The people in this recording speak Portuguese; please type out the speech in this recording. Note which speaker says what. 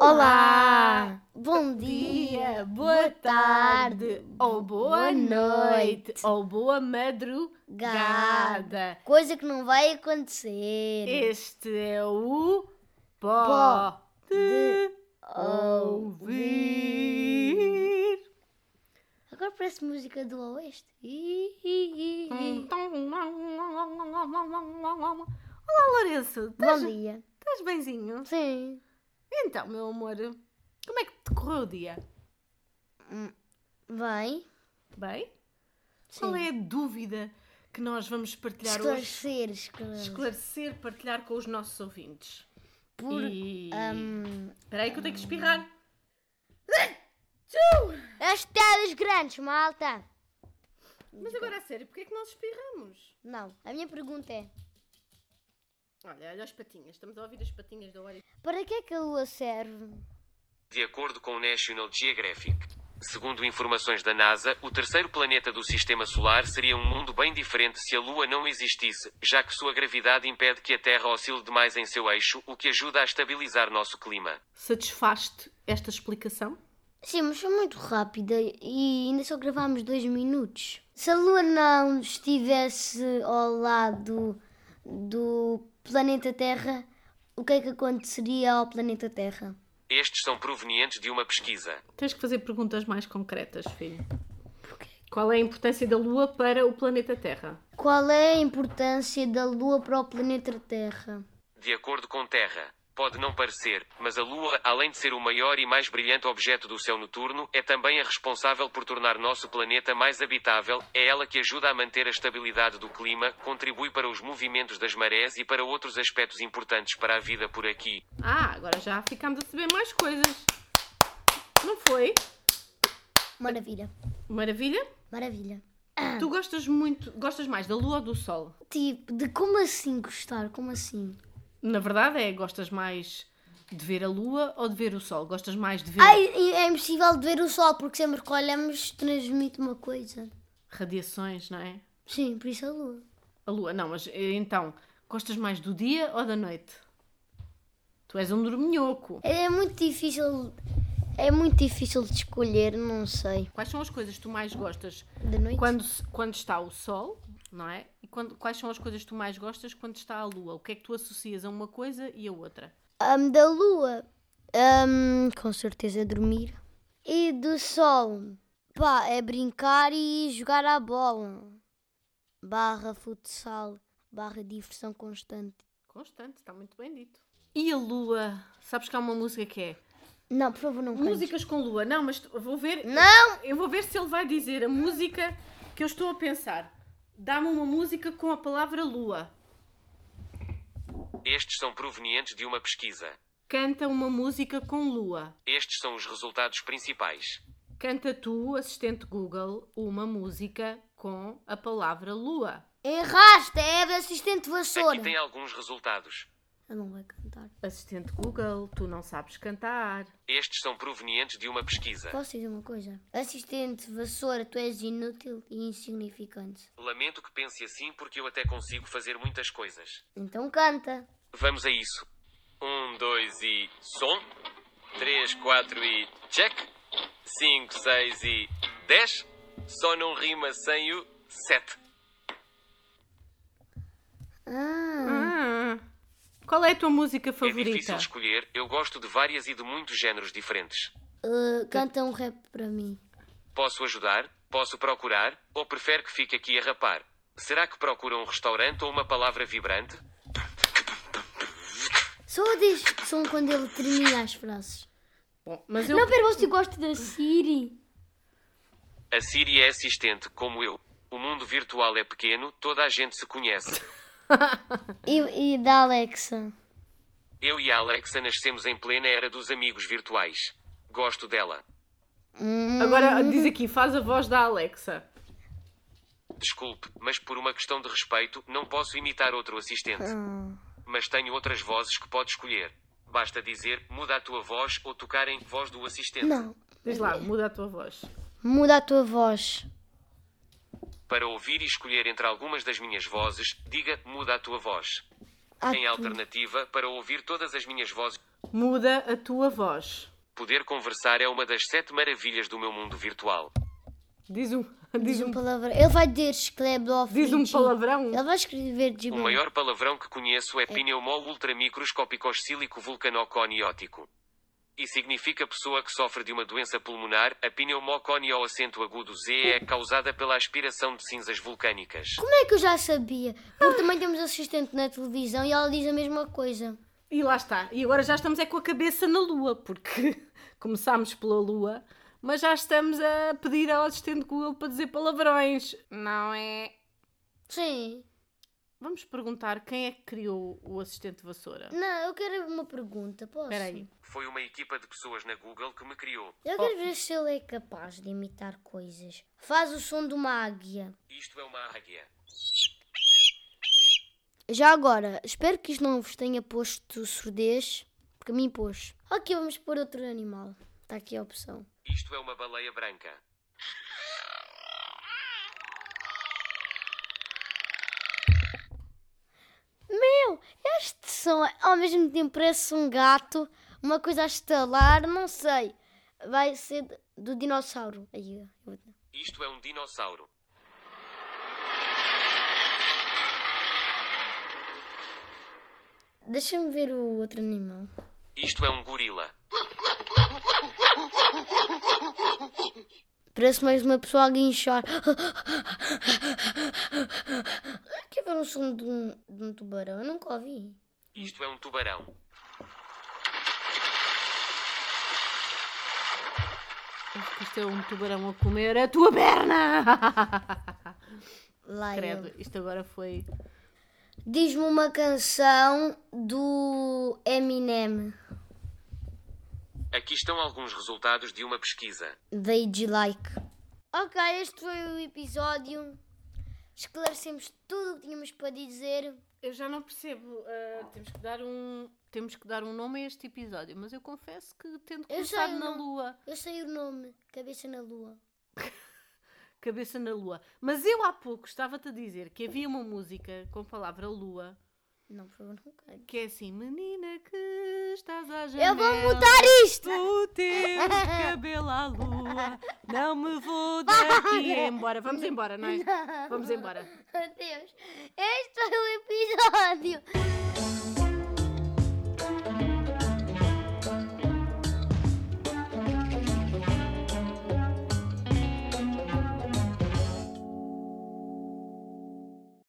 Speaker 1: Olá!
Speaker 2: Bom dia, boa tarde, ou boa noite, ou boa madrugada.
Speaker 1: Coisa que não vai acontecer.
Speaker 2: Este é o Pó de Ouvir.
Speaker 1: Agora parece música do Oeste. Ih, ih,
Speaker 2: Hum.
Speaker 1: ih.
Speaker 2: Olá, Lourenço.
Speaker 1: Bom
Speaker 2: Estás,
Speaker 1: dia.
Speaker 2: estás benzinho?
Speaker 1: Sim.
Speaker 2: Então, meu amor, como é que te correu o dia?
Speaker 1: Bem,
Speaker 2: Bem? Qual
Speaker 1: sim.
Speaker 2: é a dúvida que nós vamos partilhar hoje?
Speaker 1: esclarecer, esclarecer.
Speaker 2: Esclarecer, partilhar com os nossos ouvintes.
Speaker 1: Por,
Speaker 2: E-
Speaker 1: hum,
Speaker 2: Espera aí que eu tenho que espirrar.
Speaker 1: As telas grandes, malta.
Speaker 2: Mas agora a sério, porquê é que nós espirramos?
Speaker 1: Não, a minha pergunta é:
Speaker 2: Olha, olha as patinhas. Estamos a ouvir as patinhas da hora.
Speaker 1: para que é que a lua serve?
Speaker 3: De acordo com o National Geographic, segundo informações da NASA, o terceiro planeta do sistema solar seria um mundo bem diferente se a Lua não existisse, já que sua gravidade impede que a Terra oscile demais em seu eixo, o que ajuda a estabilizar nosso clima.
Speaker 2: Satisfaste esta explicação?
Speaker 1: Sim, mas foi muito rápida e ainda só gravámos dois minutos. Se a Lua não estivesse ao lado do planeta Terra, o que é que aconteceria ao planeta Terra?
Speaker 3: Estes são provenientes de uma pesquisa.
Speaker 2: Tens que fazer perguntas mais concretas, filho. Qual é a importância da Lua para o planeta Terra?
Speaker 1: Qual é a importância da Lua para o planeta Terra?
Speaker 3: De acordo com Terra, pode não parecer, mas a Lua, além de ser o maior e mais brilhante objeto do céu noturno, é também a responsável por tornar nosso planeta mais habitável. É ela que ajuda a manter a estabilidade do clima, contribui para os movimentos das marés e para outros aspectos importantes para a vida por aqui.
Speaker 2: Ah, agora já ficamos a saber mais coisas. Não foi?
Speaker 1: Maravilha,
Speaker 2: Maravilha?
Speaker 1: maravilha.
Speaker 2: Tu gostas muito, gostas mais da Lua ou do Sol?
Speaker 1: Tipo, de como assim gostar? Como assim?
Speaker 2: Na verdade é, gostas mais de ver a lua ou de ver o sol? Gostas mais de ver
Speaker 1: Ai, é impossível de ver o Sol, porque sempre que olhamos transmite uma coisa.
Speaker 2: radiações, não é?
Speaker 1: Sim, por isso a Lua.
Speaker 2: A lua, não, mas eh, então, gostas mais do dia ou da noite? Tu és um dorminhoco.
Speaker 1: É muito difícil. É muito difícil de escolher, não sei.
Speaker 2: Quais são as coisas que tu mais gostas
Speaker 1: De noite?
Speaker 2: quando, se- quando está o sol, não é? E quando- quais são as coisas que tu mais gostas quando está a lua? O que é que tu associas a uma coisa e a outra?
Speaker 1: Ahm, da lua. ahm, com certeza dormir. E do sol. Pá, é brincar e jogar à bola. Barra futsal. Barra diversão constante.
Speaker 2: Constante, está muito bem dito. E a lua? Sabes que há uma música que é?
Speaker 1: Não, por favor, não cantes.
Speaker 2: Músicas com lua. Não, mas tu- vou ver.
Speaker 1: Não!
Speaker 2: Eu vou ver se ele vai dizer a música que eu estou a pensar. Dá-me uma música com a palavra lua.
Speaker 3: Estes são provenientes de uma pesquisa.
Speaker 2: Canta uma música com lua.
Speaker 3: Estes são os resultados principais.
Speaker 2: Canta tu, assistente Google, uma música com a palavra lua.
Speaker 1: Erraste, é assistente vassoura.
Speaker 3: Aqui tem alguns resultados.
Speaker 1: Ela não vai cantar.
Speaker 2: Assistente Google, tu não sabes cantar.
Speaker 3: Estes são provenientes de uma pesquisa.
Speaker 1: Posso dizer uma coisa? Assistente vassoura, tu és inútil e insignificante.
Speaker 3: Lamento que pense assim porque eu até consigo fazer muitas coisas.
Speaker 1: Então canta.
Speaker 3: Vamos a isso. Um, dois e som. Três, quatro e check. Cinco, seis e dez. Só não rima sem o sete. É
Speaker 1: Ah.
Speaker 2: Ah, qual é a tua música
Speaker 3: É
Speaker 2: favorita?
Speaker 3: difícil escolher, eu gosto de várias e de muitos géneros diferentes.
Speaker 1: Uh, canta um rap para mim.
Speaker 3: Posso ajudar, posso procurar, ou prefere que fique aqui a rapar? Será que procura um restaurante ou uma palavra vibrante?
Speaker 1: Só diz que são quando ele termina as frases.
Speaker 2: Bom, mas eu,
Speaker 1: Não, pera, você gosta da Siri?
Speaker 3: A Siri é assistente, como eu. O mundo virtual é pequeno, toda a gente se conhece.
Speaker 1: E, e da Alexa?
Speaker 3: Eu e a Alexa nascemos em plena era dos amigos virtuais. Gosto dela.
Speaker 2: agora diz aqui, faz a voz da Alexa.
Speaker 3: Desculpe, mas por uma questão de respeito, não posso imitar outro assistente.
Speaker 1: É.
Speaker 3: Mas tenho outras vozes que pode escolher. Basta dizer, muda a tua voz ou tocar em voz do assistente.
Speaker 1: Não.
Speaker 2: Diz lá,
Speaker 1: Hum.
Speaker 2: muda a tua voz.
Speaker 1: Muda a tua voz.
Speaker 3: Para ouvir e escolher entre algumas das minhas vozes, diga, muda a tua voz.
Speaker 1: Ah,
Speaker 3: Em
Speaker 1: tu-
Speaker 3: alternativa, para ouvir todas as minhas vozes,
Speaker 2: Muda a tua voz.
Speaker 3: Poder conversar é uma das sete maravilhas do meu mundo virtual.
Speaker 2: Diz um, diz
Speaker 1: Diz
Speaker 2: um,
Speaker 1: um palavrão. Ele vai dizer esclebdof.
Speaker 2: diz um palavrão.
Speaker 1: Ele vai escrever
Speaker 3: O
Speaker 1: gibão.
Speaker 3: maior palavrão que conheço é pneumol ultramicroscópico-oscílico vulcanoconiótico. E significa pessoa que sofre de uma doença pulmonar, a pneumoconia ou acento agudo Z é causada pela aspiração de cinzas vulcânicas.
Speaker 1: Como é que eu já sabia? Porque também temos assistente na televisão e ela diz a mesma coisa.
Speaker 2: E lá está. E agora já estamos é com a cabeça na lua, porque começámos pela lua, mas já estamos a pedir ao assistente Google para dizer palavrões. Não é?
Speaker 1: Sim.
Speaker 2: Vamos perguntar quem é que criou o assistente vassoura.
Speaker 1: Não, eu quero uma pergunta, posso?
Speaker 2: Espera aí.
Speaker 3: Foi uma equipa de pessoas na Google que me criou.
Speaker 1: Eu quero ver se ele é capaz de imitar coisas. Faz o som de uma águia.
Speaker 3: Isto é uma águia.
Speaker 1: Já agora, espero que isto não vos tenha posto surdez, porque a mim pôs. Ok, vamos pôr outro animal. Está aqui a opção.
Speaker 3: Isto é uma baleia branca.
Speaker 1: Meu, este som ao mesmo tempo parece um gato, uma coisa a estalar, não sei. Vai ser d- do dinossauro. Aí, eu vou-
Speaker 3: Isto é um dinossauro.
Speaker 1: Deixa-me ver o outro animal.
Speaker 3: Isto é um gorila.
Speaker 1: Parece mais uma pessoa a guinchar. Quer ver um som de um, de um tubarão? Eu nunca ouvi.
Speaker 3: Isto é um tubarão.
Speaker 2: Acho que Isto é um tubarão a comer a tua perna!
Speaker 1: Lá
Speaker 2: Credo,
Speaker 1: ele.
Speaker 2: isto agora foi.
Speaker 1: Diz-me uma canção do Eminem.
Speaker 3: Aqui estão alguns resultados de uma pesquisa.
Speaker 1: Deide like. Ok, este foi o episódio. Esclarecemos tudo o que tínhamos para dizer.
Speaker 2: Eu já não percebo. ah, temos, que dar um, temos que dar um nome a este episódio, mas eu confesso que tendo
Speaker 1: Eu sei
Speaker 2: começado
Speaker 1: o
Speaker 2: na
Speaker 1: nome.
Speaker 2: lua.
Speaker 1: Eu sei o nome, Cabeça na Lua.
Speaker 2: Cabeça na lua. Mas eu há pouco estava-te a dizer que havia uma música com a palavra lua
Speaker 1: Não, por favor, não quero.
Speaker 2: que é assim: Menina, que estás à janela.
Speaker 1: Eu vou mudar isto!
Speaker 2: O teu cabelo à lua. Não me vou daqui embora. Vamos embora, não é? Vamos embora.
Speaker 1: Adeus. Este foi o episódio.